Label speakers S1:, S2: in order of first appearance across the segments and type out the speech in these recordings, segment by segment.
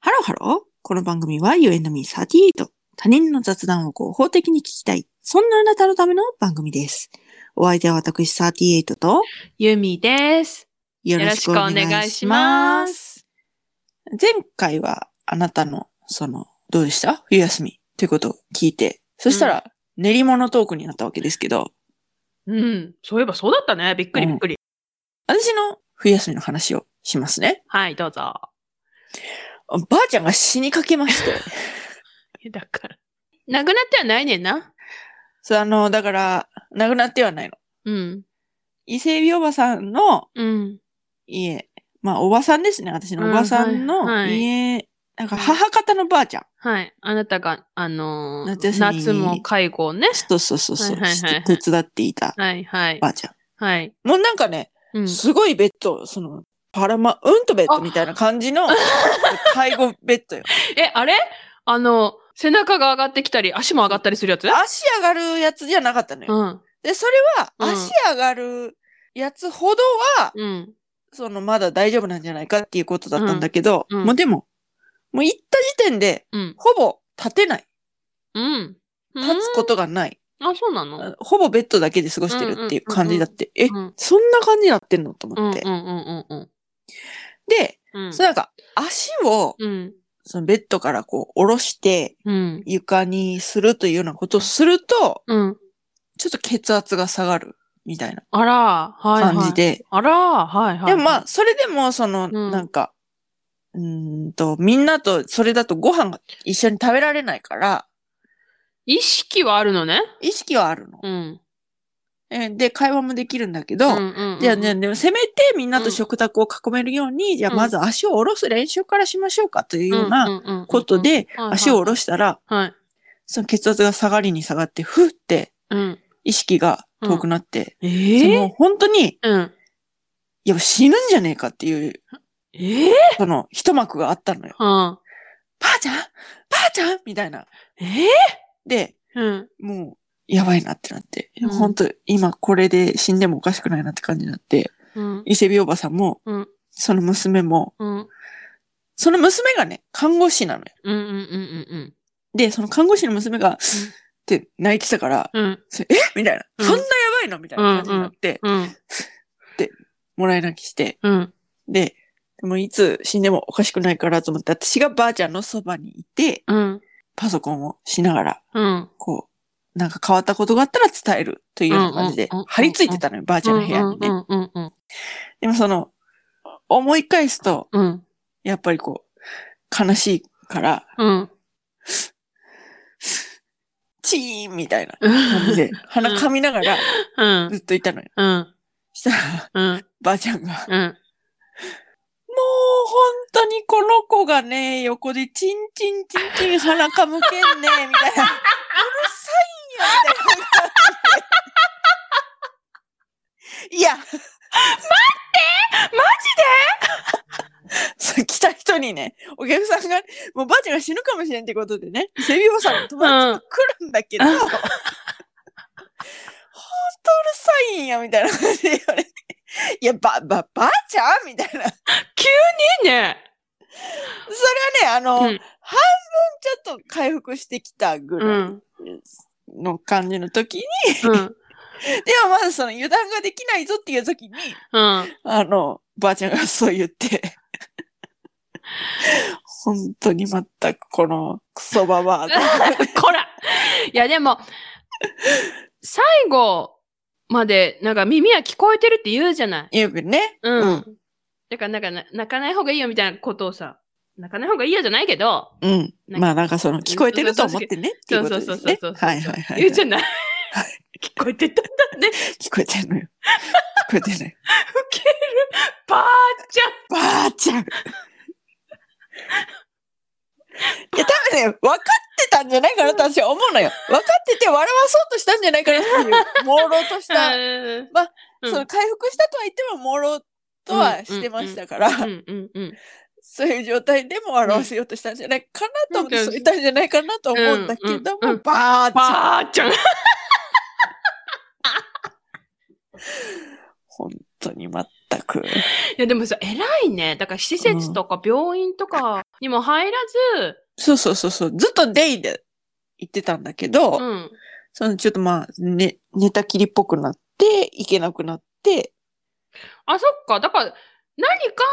S1: ハローこの番組は You and me38。他人の雑談を合法的に聞きたい。そんなあなたのための番組です。お相手は私38と
S2: ゆみです。
S1: よ
S2: よろ
S1: ろ
S2: し
S1: し
S2: く
S1: く
S2: お
S1: お
S2: 願
S1: 願
S2: い
S1: い
S2: し
S1: し
S2: ま
S1: ます。
S2: す。
S1: 前回はあなたの、その、どうでした冬休みということを聞いて。そしたら、練り物トークになったわけですけど、
S2: うん。そういえばそうだったね。びっくり
S1: うん
S2: びっくり。
S1: 私の冬休みの話をしますね。
S2: はい、どうぞ。
S1: ばあちゃんが死にかけまして。
S2: だから。なくなってはないねんな。
S1: そう、あの、だから、亡くなってはないの。
S2: うん。
S1: 伊勢海老おばさんの
S2: うん。
S1: 家、まあ、おばさんですね。私
S2: う
S1: の
S2: ん
S1: おばさん
S2: は
S1: の
S2: い
S1: 家、なんか母方のばあちゃん。
S2: はい。あなたが、あのー
S1: 夏休み
S2: 夏も介護をね。
S1: そうそうそうそう、
S2: はいはいはい
S1: して手伝っていた
S2: はい、はい。
S1: ばあちゃ
S2: はい。
S1: ん。もうなんかね、
S2: うん。
S1: すごいベッド、その、パラマウントベッドみたいな感じの、介護ベッドよ。
S2: え、あれあの、背中が上がってきたり、足も上がったりするやつ
S1: 足上がるやつじゃなかったの
S2: う
S1: よ。
S2: ん。
S1: で、それは、
S2: うん
S1: 足上がるやつほどは、
S2: うん。
S1: その、まだ大丈夫なんじゃないかっていうことだったんだけど、
S2: うんうん
S1: もうでも、もう行った時点で、
S2: うん。
S1: ほぼ立てない。
S2: うん。
S1: 立つことがない。
S2: うんあ、そうなの
S1: あほぼベッドだけで過ごしてるっていう感じだって、え、
S2: うん。
S1: そんな感じになってんのと
S2: う
S1: 思
S2: ん。
S1: っ
S2: うん。
S1: て。
S2: うん。うん。
S1: で、
S2: うん。
S1: そのなんか、足を、
S2: うん。
S1: そのベッドからこう、下ろして、
S2: うん。
S1: 床にするというようなことをすると、
S2: うん。
S1: ちょっと血圧が下がる、みたいな
S2: あら、はい、はい。
S1: 感じ。で。
S2: あら、はい、はい。
S1: でもまあ、、それでも、その、
S2: ん
S1: なんか、うーんと、みんなと、それだとご飯が一緒に食べられないから、
S2: 意識はあるのね。
S1: 意識はあるの。
S2: うん。
S1: えで、会話もできるんだけど、
S2: んうんうん
S1: じゃあね、でもせめてみんなと食卓を囲めるように、じゃあまず足を下ろす練習からしましょうかというようなこと、
S2: んんんん
S1: で、足を下ろしたら、
S2: はい。
S1: その血圧が下がりに下がって、ふって
S2: うん。
S1: 意識が遠くなって、
S2: え
S1: そ
S2: ー
S1: の本当に、
S2: うん。
S1: いや死ぬんじゃねえかっていう、
S2: ええ
S1: その一幕があったのよ。
S2: うん。
S1: ばあちゃんばあちゃんみたいな。
S2: え
S1: で、
S2: えうん。
S1: もう、やばいなってなって、
S2: うん
S1: 本当今これで死んでもおかしくないなって感じになって、
S2: うん。
S1: 伊勢美おばさんも、
S2: うん。
S1: その娘も、
S2: うん。
S1: その娘がね、看護師なのよ。
S2: うん。うん。うん。
S1: で、その看護師の娘が、って泣いてたから、
S2: うん。うん。
S1: それえみたいな、
S2: うん
S1: そんなやばいのみたいな感じになって、
S2: うん。
S1: もらい泣きして。
S2: うん。
S1: で、でもいつ死んでもおかしくないからと思って、私がばあちゃんのそばにいて、
S2: うん。
S1: パソコンをしながら、
S2: うん。
S1: こう、なんか変わったことがあったら伝えるというような感じで
S2: うんうんうんうん、
S1: 張り付いてたのよ、ばあちゃんの部屋に
S2: う
S1: ね。
S2: ん。うん。うん。
S1: でもその、思い返すと、
S2: うん。
S1: やっぱりこう、悲しいから、
S2: うん。
S1: チーンみたいな
S2: う
S1: 感じ
S2: ん。
S1: で、鼻噛みながら
S2: うん。
S1: ずっといたのよ。
S2: うん。
S1: したら、
S2: うん。
S1: ばあちゃんが、もう
S2: うん。
S1: 本当にこの子がね、横でチンチンチンチン鼻かむけ んね、みたいな。うるさいよ、みたいな。いや、待ってマジで来た人にね、お客さんが、もうばあちゃんが死ぬかもしれんってことでね、セビオさんの友達が来るんだけど、
S2: うん
S1: ほんとうるさいんや、みたいな感じで言われていや、ば、ば、ばあちゃんみたいな。
S2: いいね。
S1: それはね、あの、
S2: うん
S1: 半分ちょっと回復してきたぐ
S2: う
S1: らい
S2: ん。
S1: の感じの時に、
S2: うん。
S1: でもまだその油断ができないぞっていう時に、
S2: うん。
S1: あの、ばあちゃんがそう言って、 本当に全くこのクソババアだ。
S2: こらいやでも、最後まで、なんか耳は聞こえてるって言うじゃない。
S1: よくね。
S2: うん。
S1: うん
S2: だからなんかな泣かない方がいいよみたいなことをさ、泣かない方がいいよじゃないけど、
S1: うん。
S2: なんか
S1: まあなんかその聞こえてると思ってねっていうことで
S2: そう
S1: す
S2: そう
S1: ね
S2: そう。そう
S1: はいはいはい。
S2: 言うじゃ
S1: 聞
S2: ない。聞こえてたんだね。
S1: こえてんのよ。聞こえてんのよ。
S2: ウケる。ばあちゃん。
S1: ばあち ゃん。いや、多分ね、分かってたんじゃないかなと私は思うのよ。分かってて笑わそうとしたんじゃないかなっていう、朦朧とした、
S2: うん
S1: まあ
S2: うん
S1: その回復したとは言っても朦朧とはしてましたから、
S2: うんうんうん。
S1: そういう状態でも笑わせようとしたんじゃないかなと思って、
S2: うん
S1: そう言ったんじゃないかなと思うんだけども、
S2: うんうんうん
S1: ばあちゃん。
S2: ばあちゃん。
S1: 本当に全ったく。
S2: いや、でもさ、偉いね。だから施設とか病院とかにも入らず、
S1: そうそうそうそう。ずっとデイで行ってたんだけど、
S2: うん。
S1: そのちょっとまあ、ね、寝たきりっぽくなって、行けなくなって、
S2: あ、そっか。だから、何か、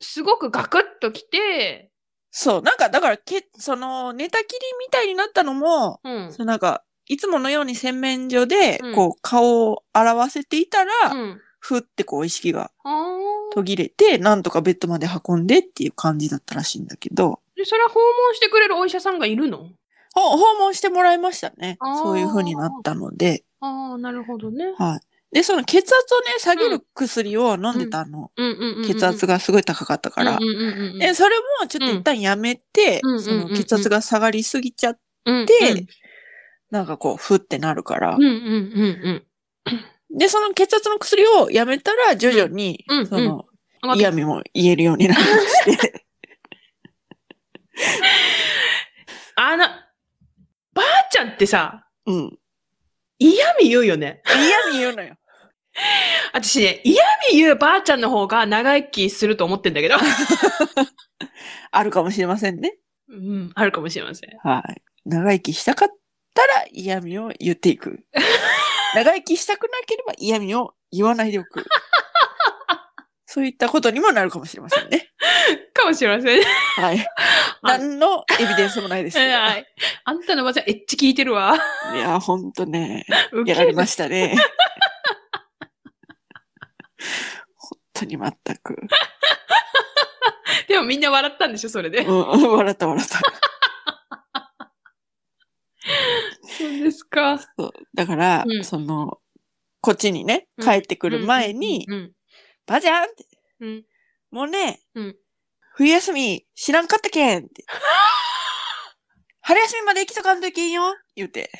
S2: すごくガクッときて、
S1: そう、なんかだからけ、その、寝たきりみたいになったのも、
S2: うん。
S1: そのなんか、いつものように洗面所で
S2: うん、
S1: こう、顔を洗わせていたら、
S2: うん。
S1: ふってこう、意識が
S2: あー
S1: 途切れて、なんとかベッドまで運んでっていう感じだったらしいんだけど、
S2: で、それは訪問してくれるお医者さんがいるの
S1: ほ訪問してもらいましたね
S2: あー。
S1: そういう風になったので、
S2: ああ、なるほどね。
S1: はい。で、その血圧をね、下げる薬を飲んでたの。
S2: うんうんうんうん。
S1: 血圧がすごい高かったから
S2: うん。うんうんうん。
S1: で、それもちょっと一旦やめて、
S2: うん
S1: そ
S2: うん
S1: の
S2: うんうん
S1: 血圧が下がりすぎちゃっ
S2: うんうん、
S1: て、なんかこう、ふってなるから
S2: うん。うんうん
S1: で、その血圧の薬をやめたら、徐々に
S2: うんうん、
S1: その、
S2: うん。い
S1: 嫌、
S2: や
S1: 味も言えるようになりま して。
S2: あの、ばあちゃんってさ、
S1: うん。
S2: 嫌味言うよね。
S1: 嫌味言うのよ。
S2: 私ね、嫌味言うばあちゃんの方が長生きすると思ってんだ けど。
S1: あるかもしれませんね。
S2: うん、あるかもしれません。
S1: はい。長生きしたかったら嫌味を言っていく。 長生きしたくなければ嫌味を言わないでおく。そういったことにもなるかもしれませんね。
S2: かもしれません。
S1: はい。何のエビデンスもないですよ。
S2: はいい。 あんたのばあちゃん、エッチ聞いてるわ。
S1: や、ほんとね、
S2: ウケ
S1: やられ
S2: る。
S1: ましたね。本当に全く。
S2: でもみんな笑ったんでしょ、それで。
S1: うんうん、笑った笑った。
S2: そうですか。
S1: そうだから、
S2: うん
S1: その、こっちにね、帰ってくる前に
S2: う、ん。
S1: ばじゃんって、
S2: うん。
S1: もうね、
S2: うん
S1: 冬休み知らんかったけん って。春休みまで生きとかんといけんよ言うて。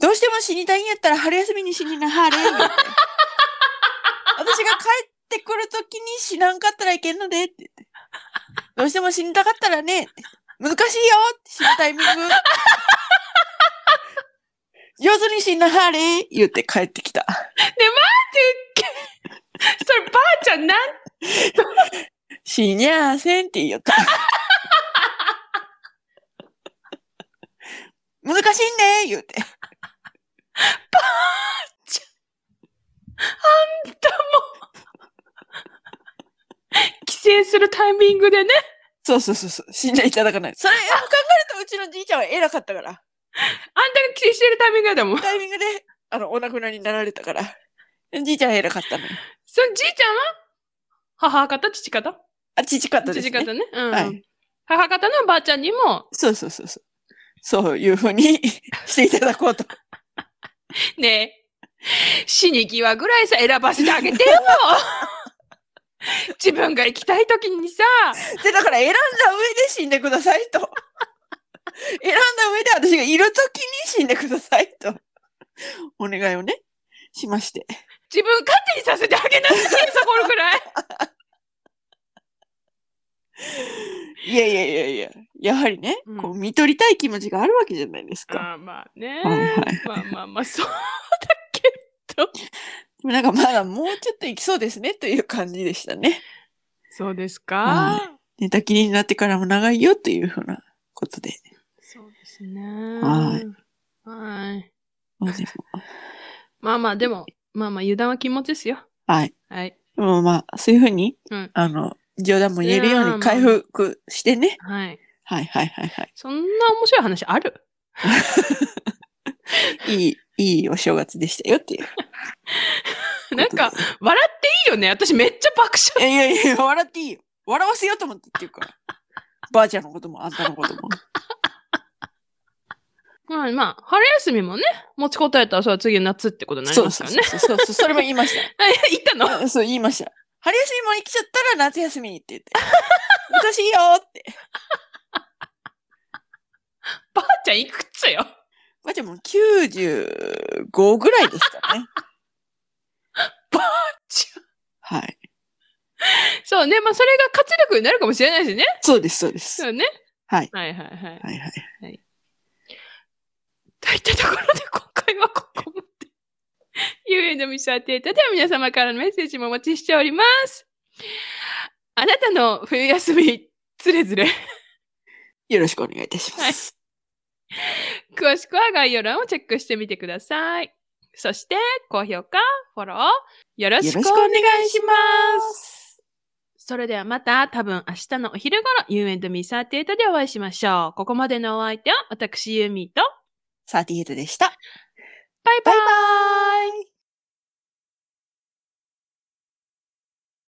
S1: どうしても死にたいんやったら春休みに死になはれ言うて。私が帰ってくるときに死なんかったらいけんのでって言って。どうしても死にたかったらね、って難しいよって死ぬタイミング。 上手に死なはれ言うて帰ってきた。
S2: そればあちゃんなん
S1: 死にゃあせんって言いよ った。難しいね言うて。
S2: 帰省するタイミングでね。
S1: そうそうそうそう。死んでいただかない。それを考えるとうちのじいちゃんは偉かったから。
S2: あんたが帰省してるタイミングやだもん。
S1: タイミングで、あの、お亡くなりになられたから。じいちゃんは偉かったのよ。
S2: そのじいちゃんは母方、父方
S1: あ、父方です、ね。
S2: 父方ね。うん。
S1: はい
S2: 母方のばあちゃんにも、
S1: そうそうそうそう。そういうふうに していただこうと。
S2: ねえ、死に際ぐらいさ、選ばせてあげて よ自分が行きたい時にさ、
S1: で、だから選んだ上で死んでくださいと。選んだ上で私がいるときに死んでくださいと。お願いをね、しまして。
S2: 自分勝手にさせてあげな さいよ、そこぐらい。
S1: いやいやいやいや、やはりね、
S2: うん
S1: こう見取りたい気持ちがあるわけじゃないですか。
S2: あーまあね。
S1: はいはい。
S2: まあまあまあ、そう。
S1: でもなんかまだもうちょっといきそうですねという感じでしたね。
S2: そうです
S1: は
S2: か。
S1: 寝たきりになってからも長いよというふうなことで。
S2: そうですね。。
S1: はい
S2: はい。
S1: まあでも
S2: まあまあ、でも、まあまあ、油断は禁物ですよ。
S1: はい。
S2: はい。
S1: でもまあ、そういうふうに、
S2: うん
S1: あの、冗談も言えるように回復してね。
S2: はい。
S1: はいはいはいは
S2: そんな面白い話ある
S1: い。いい、いいお正月でしたよっていう。
S2: なんか、笑っていいよね。私めっちゃ爆
S1: い
S2: 笑。
S1: やいやいや、笑っていいよ。笑わせようと思ってっていうか。ばあちゃんのこともあんたの ことも。
S2: まあまあ、春休みもね、持ちこたえたらそれは次の夏ってことになり
S1: そう
S2: ます
S1: そ
S2: か
S1: う
S2: ら
S1: そう。
S2: ね
S1: そうそうそう。それも言いました。
S2: え行ったの
S1: うんそう言いました。春休みも生きちゃったら夏休みにって言っ て。難しいよって。
S2: ばあちゃんいくつよ
S1: ばあちゃんもう95ぐらいですから ね。
S2: ちゃん
S1: はい。
S2: そうね。まあ、それが活力になるかもしれないしね。
S1: そうです、そうで
S2: そ
S1: す。
S2: うね。
S1: はい。
S2: はいはいはい。
S1: はいはい。
S2: といったところで今回はここまで。ゆえのみしょていたでは皆様からのメッセージもお待ちしております。あなたの冬休み、つれづ れ。
S1: よろしくお願いいたします。
S2: 詳しくは概要欄をチェックしてみてください。そして、高評価、フォロー、よろし
S1: よ
S2: く
S1: ろ
S2: お
S1: しくお
S2: 願い
S1: 願いします。
S2: それではまた多分明日のお昼頃、You and me38 でお会いしましょう。ここまでのお相手は私ユーミーと、
S1: 38でした。
S2: バイバ
S1: バ
S2: イ
S1: イバーイ